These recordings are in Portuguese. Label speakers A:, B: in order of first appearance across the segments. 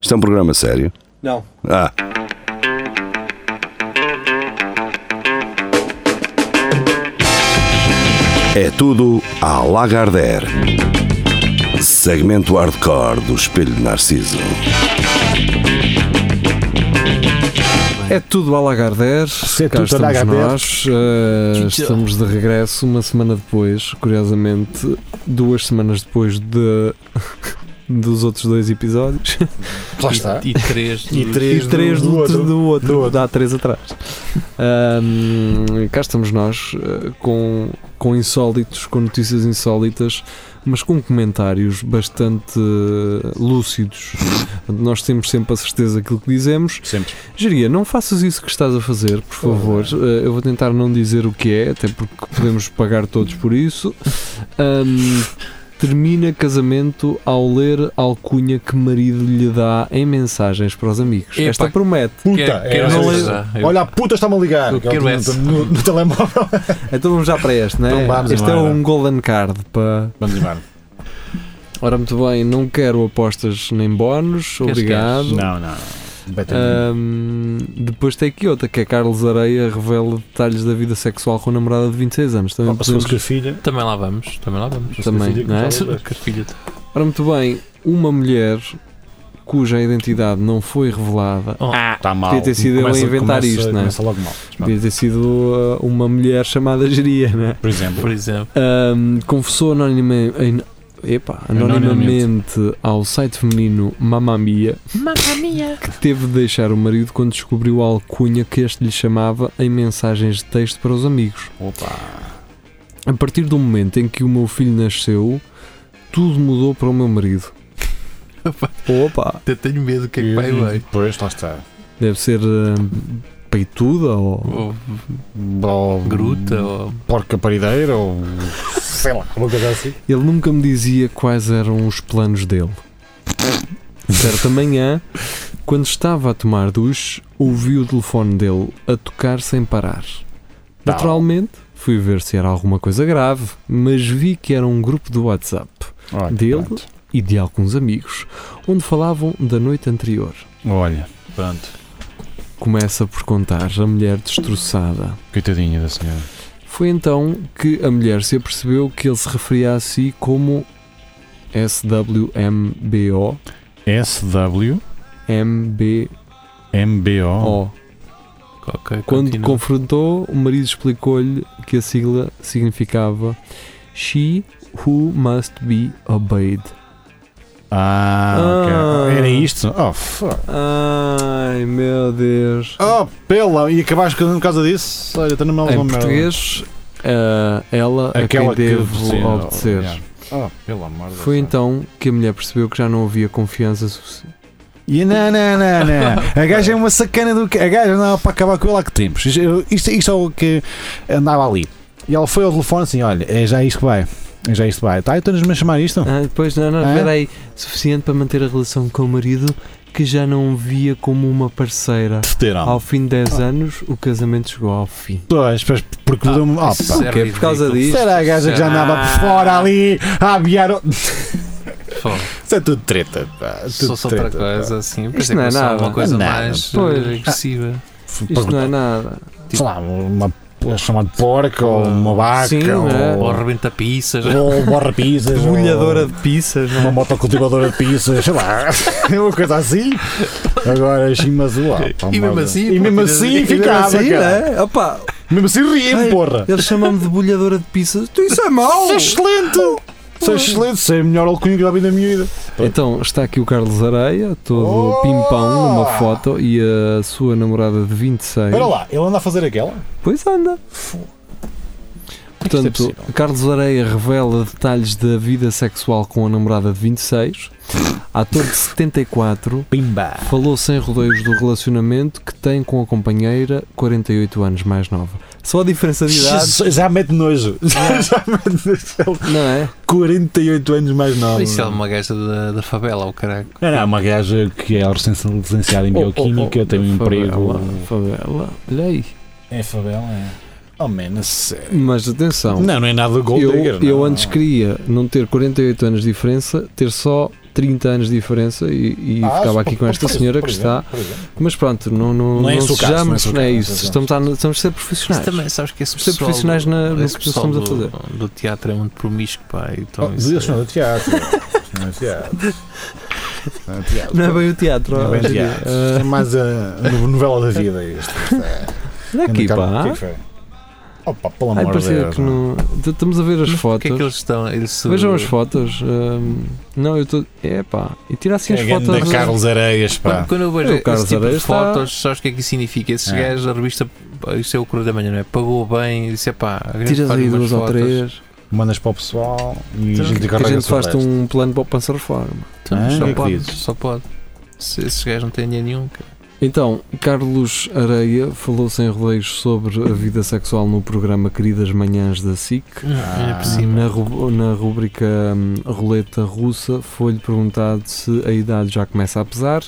A: Isto é um programa sério.
B: Não.
A: Ah, é tudo à Lagardère. Segmento hardcore do Espelho de Narciso.
C: É tudo a Lagardère,
D: é
C: cá
D: tudo
C: estamos
D: Lagardère.
C: nós, eh, estamos de regresso uma semana depois, curiosamente duas semanas depois de, dos outros dois episódios
D: Lá está.
E: E três.
D: E
E: dos-
D: três,
C: e três
D: do,
C: do,
D: outro.
C: do outro,
D: do outro.
C: dá três atrás. Ahm, cá estamos nós eh, com, com insólitos, com notícias insólitas, mas com comentários bastante eh, lúcidos. nós temos sempre a certeza daquilo que dizemos.
E: Sempre.
C: Jeria, não faças isso que estás a fazer, por favor. Eh, eu vou tentar não dizer o que é, até porque podemos pagar todos por isso. Ahm, termina casamento ao ler a alcunha que marido lhe dá em mensagens para os amigos.
E: Epá.
C: Esta promete.
D: Puta,
E: Quero-
D: é
E: quero
D: essa.
C: não
E: essas
C: leio-
E: já. Eu-
D: Olha, a puta está-me a ligar.
E: Eu quero
D: no,
E: essa.
D: no- no telemóvel.
C: Então vamos já para este, não é?
D: Então vamos
C: este é
D: embora.
C: um golden card para.
D: Vamos embora.
C: Ora, muito bem, não quero apostas nem bónus,
E: Queres,
C: obrigado.
D: Não, não.
C: Ah, Ahm, depois tem aqui outra que é Carlos Areia revela detalhes da vida sexual com namorada de 26 anos. Também
D: Opa, Oh, se
C: podemos-
D: fosse com a filha.
E: Também lá vamos. Também lá vamos.
D: se fosse
C: Também,
D: com a filha que
C: não é?
D: me fala inglês.
E: Com a filha.
C: Ora, muito bem, uma mulher cuja identidade não foi revelada.
E: Oh, Ah.
D: Está tá mal.
C: Podia ter sido ele a
D: Começa-
C: inventar
D: começa-
C: isto, não é?
D: Começa logo mal.
C: Devia ter sido uh, uma mulher chamada Geria, né?
D: Por exemplo.
E: Por exemplo.
C: Ahm, confessou anonima, an- epá, anonimamente ao site feminino Mamamia que teve de deixar o marido quando descobriu a alcunha que este lhe chamava em mensagens de texto para os amigos.
D: Opa.
C: A partir do momento em que o meu filho nasceu, tudo mudou para o meu marido. Opa!
E: Eu tenho medo do que é que vai
C: Hum.
D: E-
E: vai.
D: e Pois, lá está.
C: Deve ser ahm, peituda ou.
E: Ou
D: Ou-
E: gruta, ou.
D: Porca parideira ou. sei lá. Uma coisa assim.
C: Ele nunca me dizia quais eram os planos dele. Certa manhã, quando estava a tomar duche, ouvi o telefone dele a tocar sem parar.
D: Não.
C: Naturalmente, fui ver se era alguma coisa grave, mas vi que era um grupo do WhatsApp
D: Olha,
C: Dele?
D: pronto.
C: e de alguns amigos, onde falavam da noite anterior.
D: Olha, pronto.
C: Começa por contar a mulher destroçada.
D: Coitadinha da senhora.
C: Foi então que a mulher se apercebeu que ele se referia a si como SWMBO.
D: SWMBO.
C: MBO. Oh.
E: Ok,
C: Quando
E: continua.
C: confrontou, o marido explicou-lhe que a sigla significava She Who Must Be Obeyed.
D: Ah,
C: Ah.
D: ok. Era isto? Oh, fuck.
C: Ai meu Deus.
D: Oh, pela. E acabaste casando por causa disso? Olha, estou na mão
C: em português, ah, ela
D: É
C: a quem devo obedecer.
D: Oh, pelo amor de
C: Foi
D: Deus.
C: então que a mulher percebeu que já não havia confiança suficiente.
D: E não, não, não, não. A gaja é uma sacana do que. A gaja não para acabar com ela há que tempos. Isto, isto, isto é o que andava ali. E ela foi ao telefone assim: olha, é já isto que vai. É já isto que vai. Tá, então nos a chamar isto?
C: Ah, depois, não, não,
D: Ah?
C: espera aí. Suficiente para manter a relação com o marido que já não via como uma parceira. Ao
D: Futeram.
C: fim de 10 anos, o casamento chegou ao fim.
D: Pois, pois, porque deu um. Oh,
E: Isso é
C: que é por causa
E: ridículo.
C: disto?
D: Será a gaja que já andava por fora ali a aviar. o-
E: Pô,
D: Isso é tudo treta, pá. Tudo
E: Só só outra
D: treta, pá.
E: coisa assim. Eu
C: Isto
E: pensei
C: não é
E: que fosse
C: nada.
E: Uma coisa
D: Não é nada.
E: mais eh,
C: Pois.
E: agressiva.
C: Isto não é nada.
D: Tipo, Sei lá, uma, uma chamada de porco ou uma vaca
C: Sim,
D: ou,
C: né?
E: Ou arrebenta pizzas.
D: ou borra pizzas. ou-
C: de pizzas, é?
D: uma motocultivadora de pizzas, sei lá, uma coisa assim. Agora, assim, mas uau, pá,
E: E mesmo
D: merda.
E: assim,
D: e mesmo assim ficava,
C: assim,
D: cara.
C: né? Opa,
D: mesmo assim
C: Ai,
D: riem, porra.
C: ele chama-me de bolhadora de pizzas. Tu isso é mau!
D: Isso é excelente! Isso é excelente, isso é a melhor alcunha que já vi na minha vida.
C: Então está aqui o Carlos Areia, todo
D: Oh!
C: pimpão numa foto, e a sua namorada de 26.
D: Olha lá, ele anda a fazer aquela?
C: Pois anda.
D: Isto é
C: Portanto,
D: possível.
C: Carlos Areia revela detalhes da vida sexual com a namorada de 26, ator de 74,
D: Pimba!
C: Falou sem rodeios do relacionamento que tem com a companheira 48 anos mais nova. Só a diferença de idade,
D: Jesus, Já mete nojo. Já mete nojo.
C: não é?
D: 48 anos mais nova.
E: Isso é uma gaja da, da favela, o caraca.
D: Não, não, uma gaja que é recen- licenciada em
C: Oh,
D: bioquímica, tem
C: é
D: um emprego.
C: Favela, favela. Olha aí.
D: É favela, é. Oh, man, a sério.
C: Mas atenção,
D: Não, não é nada gold
C: eu,
D: digger,
C: eu
D: não.
C: antes queria não ter 48 anos de diferença, ter só 30 anos de diferença e, e
D: Ah,
C: ficava aqui
D: por-
C: com esta
D: por-
C: senhora
D: por
C: que
D: exemplo,
C: está.
D: por exemplo.
C: Mas pronto, não, não,
D: Não é esse o caso, não é
C: sejamos,
D: esse o
C: não é
D: caso, não é
C: isso.
D: esse o
C: Estamos, a, estamos a ser
E: Isso
C: profissionais.
E: também, sabes que esse
C: Por ser
E: pessoal
C: é profissionais
E: do-
C: na- no
E: esse
C: que
E: pessoal
C: estamos a
E: do- Do teatro é muito promíscuo, pá. Então
D: Oh,
E: isso
D: Eles
E: é-
D: são do teatro. Eles são do teatro. São do teatro.
C: Não é bem o teatro.
D: Não é bem
C: hoje em dia.
D: teatro. É mais a novela da vida. Isto. Isto é-
C: Ah, aqui,
D: Ainda cá-
C: pá.
D: que foi? Opa, pelo
C: Ai,
D: amor de
C: parecia
D: Deus.
C: que não. t- Estamos a ver as
E: Mas
C: fotos.
E: Porquê é que eles estão? Eles se-
C: Vejam as fotos. hum, não, eu estou. É pá. E tira assim as
D: É
C: fotos.
D: grande Carlos Areias, pá.
E: Quando, quando eu
C: Eu,
E: vejo
C: Carlos
E: esse tipo
C: Areia
E: de
C: está-
E: fotos, sabes o que é que isso significa? Esses
D: É.
E: gajos, a revista, pá, isso é o Correio da Manhã, não é? Pagou bem, disse, pá, a grande
C: Tiras
E: faz
C: aí
E: umas
C: duas ou
E: fotos.
C: três.
D: Mandas para o pessoal e
E: Então,
D: a gente
E: que
C: Que
D: corta
C: a gente
D: esse
C: faz-te
D: resto.
C: um plano para o Panzer Reform.
E: Então,
D: Ah, o que é
E: só,
D: que
E: pode,
D: dizes?
E: só pode. Se esses gajos não têm dinheiro nenhum, cara.
C: Então, Carlos Areia falou sem rodeios sobre a vida sexual no programa Queridas Manhãs da SIC.
D: Ah.
E: Não, ainda por cima.
C: Ah, Na, ru- na rubrica hum, Roleta Russa foi-lhe perguntado se a idade já começa a pesar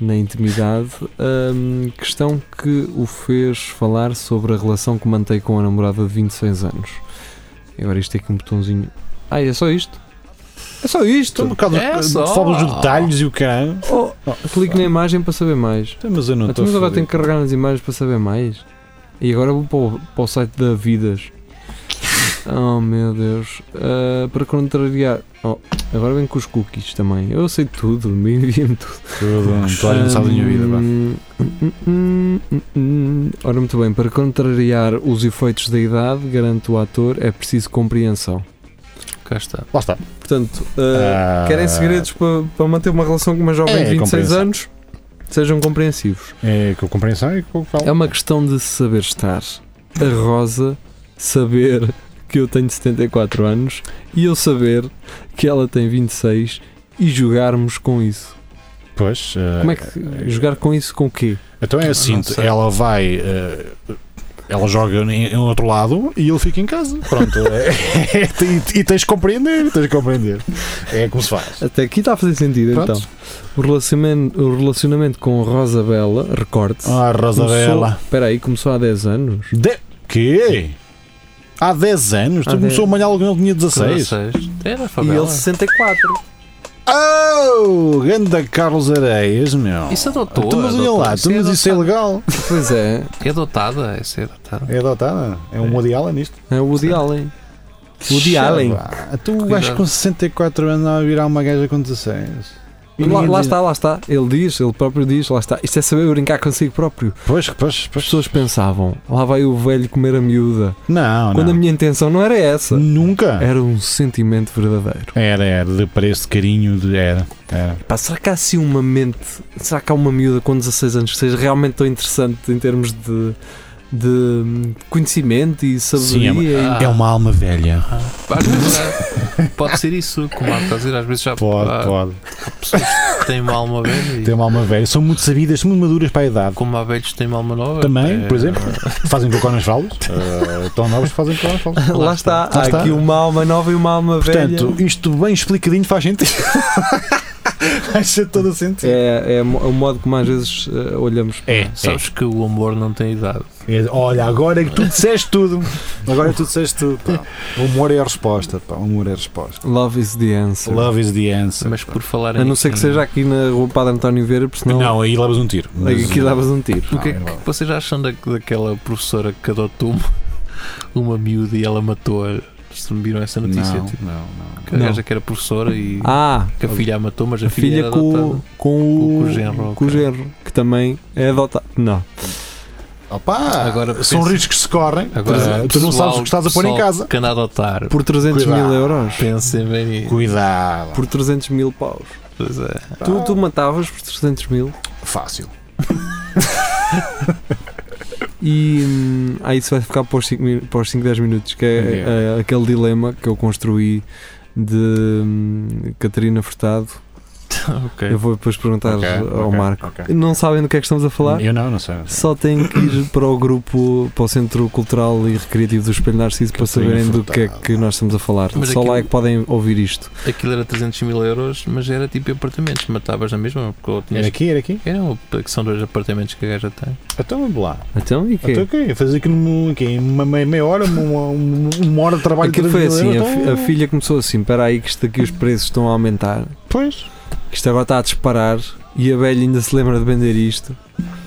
C: na intimidade, hum, questão que o fez falar sobre a relação que mantei com a namorada de 26 anos. E Agora isto tem aqui um botãozinho. Ah, é só isto? É só
D: Estou um
C: isto?
D: bocado.
E: É só.
D: Falas os detalhes e o caralho.
C: Oh, clique na imagem para saber mais.
D: Então, Mas eu não
C: Ah,
D: estou.
C: então, mas agora tenho que carregar nas imagens para saber mais. E agora vou para o, para o site da Vidas. Oh meu Deus. Ah, para contrariar. Oh, agora vem com os cookies também. Eu sei tudo, me envia-me tudo.
D: Tudo, não estou a minha vida, pá.
C: Hum, hum, hum, hum, hum. Ora, muito bem. Para contrariar os efeitos da idade, garante o ator, é preciso compreensão.
E: Cá está.
D: Lá está.
C: Portanto, ah,
D: Ah,
C: querem segredos para, para manter uma relação com uma jovem
D: É,
C: de 26
D: compreensão.
C: anos? Sejam compreensivos.
D: É com compreensão e com
C: É uma questão de saber estar. A Rosa saber que eu tenho 74 anos e eu saber que ela tem 26 e jogarmos com isso.
D: Pois. eh,
C: Como é que. Jogar com isso com o quê?
D: Então é
E: Não
D: assim:
E: sei.
D: ela vai. eh, ela joga em, em outro lado e ele fica em casa. Pronto. é- e, e tens de compreender. Tens de compreender. É como se faz.
C: Até aqui está a fazer sentido
D: Pronto.
C: então. O relacionamento, o relacionamento com a Rosa Bela, recorde-se.
D: Ah, Rosabela.
C: Espera aí, começou há 10 anos.
D: De... Quê? Há 10 anos?
C: Há
D: tu começou a
C: dez.
D: malhar logo quando ele tinha 16?
E: Seis. Era a favela.
C: 64.
D: Oh! Ganda Carlos Areias, meu.
E: Isso é doutor.
D: Tu, Então, mas
E: é
D: olha
E: doutor.
D: lá, tu, mas isso é
E: doutor.
D: ilegal.
C: Pois é,
E: É dotada, essa é dotada.
D: É adotada. É um Woody Allen isto.
C: é o Woody Allen. Woody Allen.
D: Chava. Tu o gajo com 64 anos a virar uma gaja com 16. E
C: Lá,
D: ninguém
C: lá
D: diz-
C: está, lá está. Ele diz, ele próprio diz, lá está. Isto é saber brincar consigo próprio.
D: Pois, pois,
C: As
D: pois.
C: pessoas pensavam, lá vai o velho comer a miúda.
D: Não,
C: Quando
D: não.
C: a minha intenção não era essa.
D: Nunca.
C: Era um sentimento verdadeiro.
D: Era, era. De preço, de carinho, de... era. Era.
C: Pá, será que há assim uma mente? Será que há uma miúda com 16 anos que seja realmente tão interessante em termos de, de conhecimento e sabedoria?
D: Sim,
C: e-
E: Ah.
D: É uma alma velha.
E: Ah, pá, às vezes já- pode ser isso, como há de dizer, às vezes já
D: Pode,
C: Ah.
E: há
D: pode.
E: pessoas que têm uma alma velha e
D: Tem um- uma alma velha. São muito sabidas, são muito maduras para a idade.
E: como há velhos que têm uma alma nova.
D: Também,
E: é-
D: por exemplo, fazem cocó nas fraldas. Eh, tão novos que fazem cocó nas fraldas.
C: Lá está,
D: Ah, Lá
C: há
D: está.
C: aqui uma alma nova e uma alma
D: Portanto,
C: velha.
D: isto bem explicadinho faz sentido. Acha todo o sentido.
C: É, é mo- é o modo como às vezes eh, olhamos.
D: É,
E: Sabes que o amor não tem idade.
D: É, Olha, agora é que tu disseste tudo. Agora é que tu disseste tudo. pá. O humor é a resposta. Pá. O humor é a resposta.
C: Love is the answer.
D: Love is the answer.
E: Mas por falar em.
C: A não ser que seja aqui na rua Padre António Vieira, porque senão
D: Não, aí levas um tiro. Mas-
C: aqui davas um tiro.
E: O que é
D: Não, é
E: que vocês acham da, daquela professora que adotou uma, uma miúda e ela matou-a? Se me viram essa notícia,
D: Não,
E: tipo,
D: não, não.
E: que a
C: Não.
E: gaja que era professora e
C: Ah,
E: que a filha a matou, mas a,
C: a filha
E: era
C: com,
E: adotada.
C: com,
E: Com
C: o
E: o genro,
C: com o
E: ok.
C: genro, que também é adotado. Não.
D: Opa,
E: Agora
D: são
E: pensa-
D: riscos que se correm.
E: Agora,
D: é, tu não sabes o que estás a pôr em
E: pessoal
D: casa.
E: Que anda a adotar.
C: Por 300 mil
D: Cuidado.
C: euros.
E: Pensem bem nisso.
D: Cuidado.
C: Por 300 mil paus.
E: Pois é.
D: Tá.
C: Tu, tu matavas por 300 mil
D: Fácil.
C: e hum, ah, isso vai ficar para os 5, mil- para os 5 10 minutos, que é,
D: É.
C: é, aquele dilema que eu construí de hum, Catarina Furtado.
E: Ok.
C: Eu vou depois perguntar
D: Ok,
C: ao
D: ok,
C: Marco.
D: ok.
C: Não sabem do que é que estamos a falar?
D: Eu não, não sei.
C: Só têm que ir para o grupo, para o Centro Cultural e Recreativo do Espelho Narciso para saberem do que é que nós estamos a falar.
E: Mas
C: Só lá é
E: aquilo-
C: que podem ouvir isto.
E: Aquilo era 300 mil euros, mas era tipo apartamentos. Matavas na mesma, porque eu tinha.
D: Era aqui, era aqui.
E: Era uma, que são dois apartamentos que a gaja tem.
D: Então vamos lá.
C: Então, e quê?
D: Então, ok, fazer aqui num- aqui, uma meia, meia hora, uma, uma- uma hora de trabalho
C: Aquilo foi
D: tranquilo,
C: assim, a,
D: então-
C: fi- a filha começou assim, espera aí que isto aqui os preços estão a aumentar.
D: Pois,
C: que isto agora está a disparar e a velha ainda se lembra de vender isto.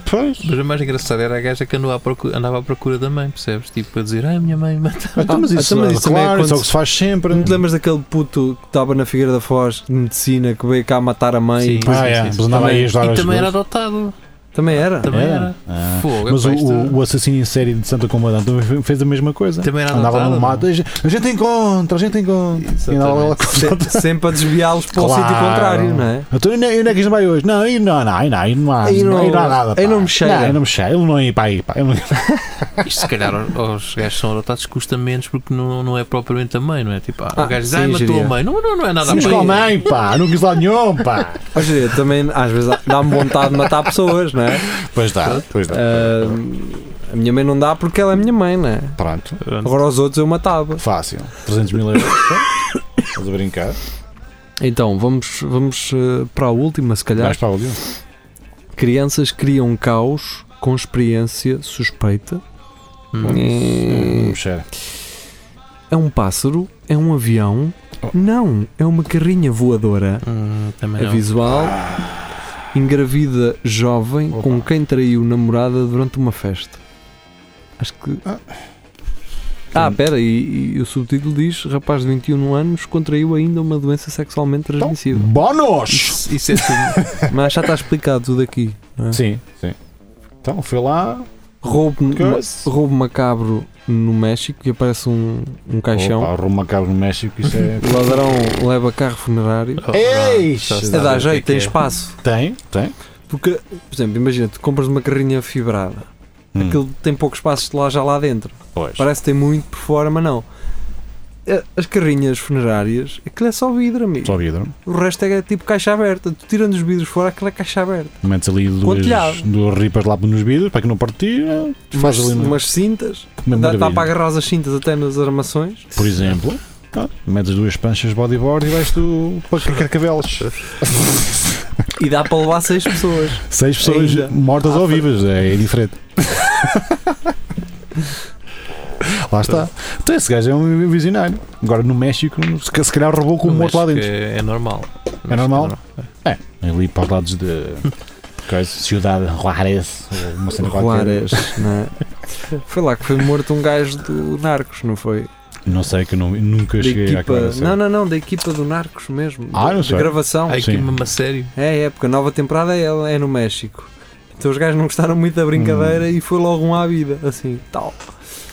D: Pois.
E: Mas o mais engraçado era a gaja que andava à procura, andava à procura da mãe, percebes? Tipo, a dizer, ai, minha mãe mata.
D: Então, mas
C: Ah,
D: isso,
C: então,
D: não
C: mas
D: é
C: isso também
D: claro, isso é o que
C: acontece-
D: se faz sempre.
C: Não te lembras daquele puto que estava na Figueira da Foz de medicina que veio cá matar a mãe?
D: Ah, é, mas andava aí a ajudar
E: E
D: os
E: também era
D: seguros.
E: adotado.
C: Também era.
E: Também era.
D: Ah.
E: Fogo,
D: Mas
E: epá,
D: o,
E: isto-
D: o- o assassino em série de Santa Comandante também fez a mesma coisa.
E: também era
D: Andava
E: adotado.
D: no mato. A gente encontra, a gente encontra. E andava lá
E: Exatamente.
D: com
C: Se- sempre a desviá-los para o
D: Claro.
C: sítio contrário, não é?
D: Então, e onde é que isto vai hoje? Não, aí não, não, aí não, aí não há,
C: Aí
D: aí
C: não-
D: não, há nada.
C: aí
D: pá.
C: não me cheira.
D: Não, aí não me cheira. Ele não é para aí, pá. Ele não-
E: Isto se calhar aos gajos que são adotados custa menos porque não, não é propriamente a mãe, não é? Tipo, ah,
C: Ah,
E: o gajo diz,
C: sim,
E: ai, matou
C: geria.
E: a mãe. Não, não, não é nada
D: Mas
E: a
D: com a
E: mãe.
D: mãe, pá. Não quis lá nenhum, pá.
C: Mas, eh, também às vezes dá-me vontade de matar pessoas, não é?
D: Pois dá, pois dá.
C: Ah, a minha mãe não dá porque ela é a minha mãe, não é?
D: Pronto,
C: Agora os outros eu matava.
D: fácil. 300 mil euros. Estás a brincar?
C: Então, vamos, vamos eh, para a última, se calhar.
D: Mais para o Leo.
C: Crianças criam caos com experiência suspeita.
E: Hum.
D: Não
C: Eh,
D: me cheira.
C: É um pássaro? É um avião?
D: Oh.
C: Não, é uma carrinha voadora.
E: Hum, também
C: É
E: não. Ah.
C: visual. Engravida jovem
D: Opa.
C: com quem traiu namorada durante uma festa. Acho que.
D: Ah.
C: Ah, pera, e, e o subtítulo diz: Rapaz de 21 anos contraiu ainda uma doença sexualmente transmissível.
D: Então, Bónus!
E: Isso, Então? isso é tudo.
C: Mas já está explicado tudo aqui. não é?
D: Sim, sim. Então, foi lá.
C: Roubo, ma-
D: coisa.
C: roubo macabro no México e aparece um, um caixão.
D: Opa, arruma a cabo no México, isso é.
C: O ladrão leva carro funerário.
E: Oh,
D: Ei,
E: já
D: isto
E: se
C: É
E: sabe o que
C: dá
E: é
C: jeito,
E: que
C: tem
E: é.
C: espaço.
D: Tem, tem.
C: Porque, por exemplo, imagina, tu compras uma carrinha fibrada.
D: Hum,
C: Aquilo tem pouco espaço de lá já lá dentro.
D: pois.
C: Parece que tem muito por fora, mas não. A- As carrinhas funerárias, aquilo é só vidro, amigo.
D: Só vidro.
C: O resto é tipo caixa aberta. Tu tirando os vidros fora, aquilo é caixa aberta.
D: Metes ali duas,
C: telhado.
D: duas ripas lá nos vidros para que não partir.
C: Umas,
D: Faz ali uma,
C: umas cintas.
D: uma
C: Dá, dá
D: maravilha.
C: para agarrar as cintas até nas armações.
D: Por exemplo, ah, metes duas panchas bodyboard e vais tu para carcavelos.
C: E dá para levar seis pessoas.
D: Seis pessoas
C: Ainda.
D: mortas ou vivas, é, é diferente. Lá está. Então esse gajo é um visionário. Agora no México, se ca- se calhar roubou com o
E: No
D: morto lá
E: México
D: dentro.
E: É, é normal.
D: É normal? Ali para os lados de. coisa, Ciudad Juárez, ou uma cena qualquer.
C: Juárez, não é? Foi lá que foi morto um gajo do Narcos, não foi?
D: Não sei, que eu não- nunca
C: Da
D: cheguei a
C: equipa.
D: acabar a série.
C: Não, não, não, da equipa do Narcos mesmo.
D: Ah,
C: da,
D: não
C: da
D: sei.
C: gravação.
E: Há aqui
D: Sim.
E: mesmo a sério.
C: É, é, porque a nova temporada é, é no México. Então os gajos não gostaram muito da brincadeira e foi logo um à vida, assim, tal.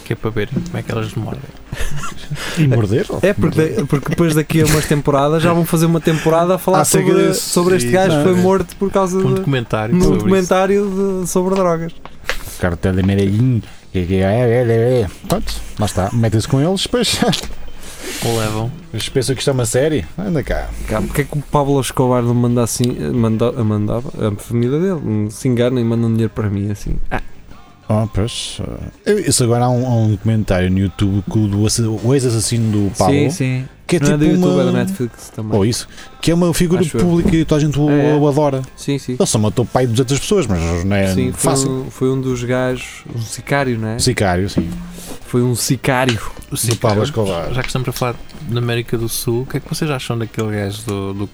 E: Que é para ver como é que elas mordem.
D: E morder?
C: É, porque, porque depois daqui a umas temporadas já vão fazer uma temporada a falar
D: Acerca
C: sobre,
D: desse-
C: sobre este
E: Sim,
C: gajo que
D: não.
C: foi morto por causa
D: Uhum.
E: Um
C: de
E: documentário.
C: num
E: sobre isso.
C: documentário de- sobre drogas.
D: Cartel de Medellín. que- que- é, é, é, é. Pronto, lá está. Metem-se com eles, depois.
E: Ou levam.
D: Eles pensam que isto é uma série. Anda cá.
C: Cá, Porque é que o Pablo Escobar não manda assim, manda, mandava a família dele, se engana e manda um dinheiro para mim, assim.
D: Ah, pois. ah. Eu- Isso agora há um, há um comentário no YouTube que o, do assa- o ex-assassino do Paulo.
C: Sim, sim.
D: Que é
C: não
D: tipo
C: é do YouTube,
D: uma...
C: é da Netflix também.
D: Ou isso. Que é uma figura
C: Acho eu.
D: pública e toda a gente o,
C: É, é.
D: o adora.
C: Sim, sim.
D: Ele só matou pai de 200 pessoas, mas não é
C: Sim, foi
D: fácil.
C: um, foi um dos gajos, um sicário, não é?
D: Sicário, sim.
C: Foi um sicário.
E: O Sicário.
D: Pablo Escobar.
E: Já que estamos a falar na América do Sul, o que é que vocês acham daquele gajo do, do-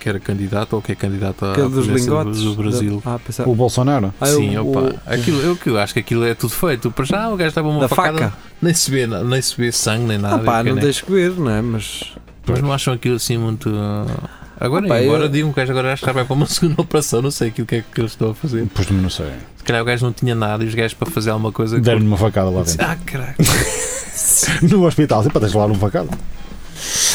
E: que era candidato ou que é candidato à
C: Aquele dos
E: presidência do-
C: lingotes.
E: do Brasil?
C: Da, ah, pensava-
D: O Bolsonaro.
C: Ah,
E: Sim,
C: o-
E: opa. Aquilo, eu, que- eu acho que aquilo é tudo feito. Para já o gajo estava
C: o-
E: uma
C: da
E: facada.
C: faca.
E: Nem se vê, na- nem se vê sangue, nem
C: Ah,
E: nada.
C: pá,
E: que
C: não
E: nem-
C: tens que ver, não é? Mas.
E: Mas não acham aquilo assim muito. uh, Agora,
C: Opa,
E: embora
C: eu-
E: diga um gajo agora acho que já vai para uma segunda operação, não sei aquilo que é que eles estão a fazer.
D: Pois também não sei.
E: Se calhar o gajo não tinha nada e os gajos para fazer alguma coisa.
D: Deram-lhe uma facada lá
E: curtem.
D: dentro.
E: Ah, caraca.
D: No hospital, sempre tens lá uma facada.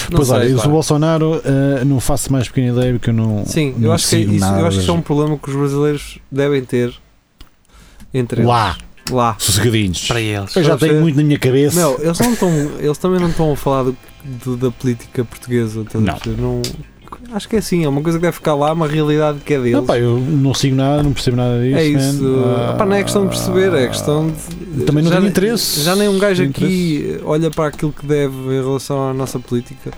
C: Não
D: pois
C: sei,
D: olha,
C: pá.
D: o Bolsonaro ah, não faço mais pequena ideia porque eu não.
C: Sim, eu
D: não
C: acho, que é
D: sigo
C: isso,
D: nada
C: eu acho que
D: das-
C: isso é um problema que os brasileiros devem ter. Entre eles.
D: Lá,
C: Lá.
D: sossegadinhos.
E: Para eles.
D: Eu já
C: Sabe
D: tenho
C: ser-
D: muito na minha cabeça.
C: Não, eles, não estão, eles também não estão a falar do- do- da política portuguesa. estás a
D: Não.
C: perceber? não. Acho que é assim, é uma coisa que deve ficar lá, uma realidade que é deles.
D: Não, pá, eu não sigo nada, não percebo nada disso.
C: É isso.
D: man. ah,
C: Epá, não é questão de perceber, é questão de.
D: Também não
C: já
D: tenho
C: nem-
D: interesse.
C: Já nem um gajo
D: Tenho
C: aqui olha para aquilo que deve em relação à nossa política.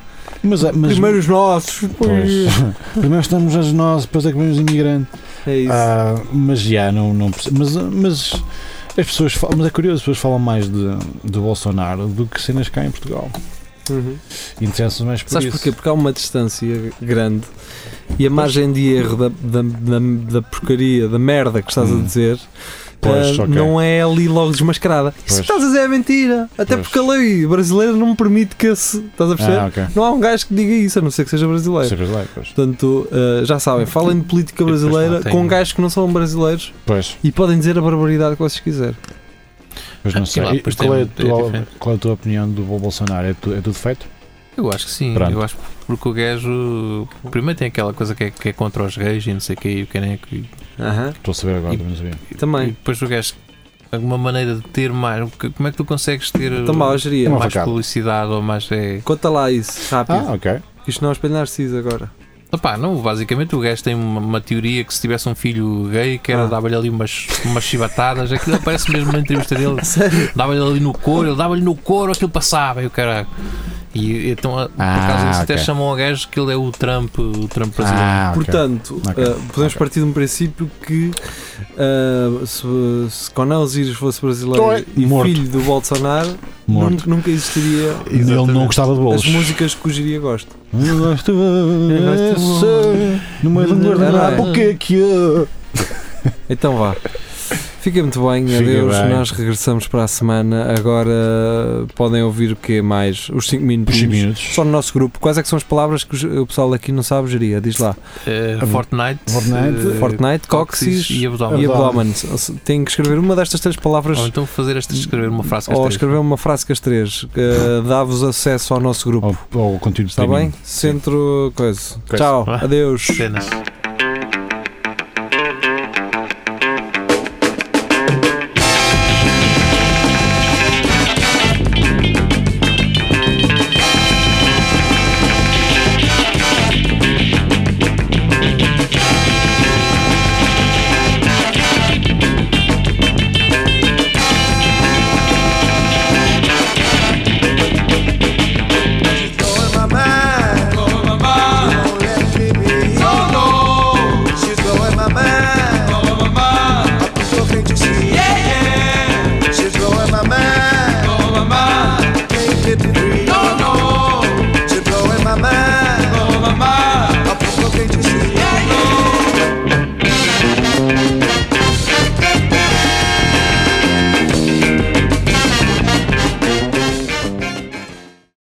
D: Mas, é- mas,
C: Primeiro os nossos,
D: Pois.
C: pois.
D: primeiro estamos as nós, depois é que vemos os imigrantes.
C: É isso.
D: Ah, mas já, não, não percebo. Mas, mas as pessoas falam, mas é curioso, as pessoas falam mais de, de Bolsonaro do que cenas cá em Portugal.
C: Uhum.
D: Interessam-se mais por
C: Sabes
D: isso.
C: porquê? Porque há uma distância grande e a margem de erro da, da, da, da porcaria, da merda que estás
D: Hum.
C: a dizer,
D: Pois,
C: ah,
D: ok.
C: não é ali logo desmascarada. Isso
D: Pois.
C: que estás a dizer é mentira. Até
D: Pois.
C: porque a lei brasileira não permite que esse. Estás a perceber?
D: Ah, ok.
C: Não há um gajo que diga isso, a não ser que seja brasileiro.
D: Sempre lá, pois.
C: Portanto, ah, já sabem, falem de política
E: E depois
C: brasileira
E: lá tem-
C: com gajos que não são brasileiros
D: Pois,
C: e podem dizer a barbaridade que vocês quiserem.
D: pois não
E: Ah,
D: sei.
E: sei lá,
D: E
E: depois
D: qual, é a
E: tem- é
D: tua,
E: diferente.
D: qual é a tua opinião do Bolsonaro? É, tu, é tudo feito?
E: Eu acho que sim.
D: Pronto.
E: Eu acho porque o gajo. Primeiro tem aquela coisa que é, que é contra os gays e não sei o que e o que nem é que.
C: Aham.
D: Estou a saber agora,
E: E-
D: também não sabia.
E: E
C: Também.
E: depois o gajo. Alguma maneira de ter mais. que- Como é que tu consegues ter
C: Então, mal, geria.
D: Uma
E: mais
D: facada.
E: publicidade ou mais. É...
C: Conta lá isso, rápido.
D: Ah, ok.
C: Isto não é o espelho narciso agora.
E: Opá, não, basicamente o gajo tem uma, uma teoria que se tivesse um filho gay que era
C: Ah.
E: dava-lhe ali umas, umas chibatadas, aquilo parece mesmo na entrevista dele,
D: Ah,
E: dava-lhe ali no couro, ele dava-lhe no couro, aquilo passava e o caralho. E então, a- por
D: Ah,
E: causa disso, até
D: ok.
E: chamam ao gajo que ele é o Trump, o Trump brasileiro.
D: Ah, ok.
C: Portanto,
D: Ok.
C: eh, podemos
D: Ok.
C: partir de um princípio que eh, se, se Conan Osiris fosse brasileiro
D: Tô, é,
C: e
D: morto.
C: filho do Bolsonaro,
D: Morto.
C: nun- nunca existiria
D: E Ele não gostava de bolos.
C: as músicas que o Giria gosta.
D: Eu gosto
C: Eu gosto
D: desse, no meio de um
C: Não, não,
D: guardanapo,
C: não.
D: o que é que é?
C: Então vá. Fica muito bem,
D: Fica
C: adeus.
D: bem.
C: Nós regressamos para a semana. Agora podem ouvir o que mais? Os 5
D: Os
C: minutos.
D: cinco minutos.
C: Só no nosso grupo. Quais é que são as palavras que os- o pessoal daqui não sabe, Giria? Diz lá.
E: Eh, Fortnite,
D: Fortnite,
E: eh,
C: Fortnite, Coxis
E: e
C: e
E: abdômen.
D: e ab-
C: Abdomen. Tem que escrever uma destas três palavras
E: Ou então fazer estas, escrever uma frase com
C: ou
E: estas três.
C: escrever uma frase com as três que dá-vos acesso ao nosso grupo.
D: Ou, ou conteúdo
C: Está bem? Centro. Coisa.
D: Coisa.
C: Tchau.
E: Vá.
C: Adeus.
E: cenas.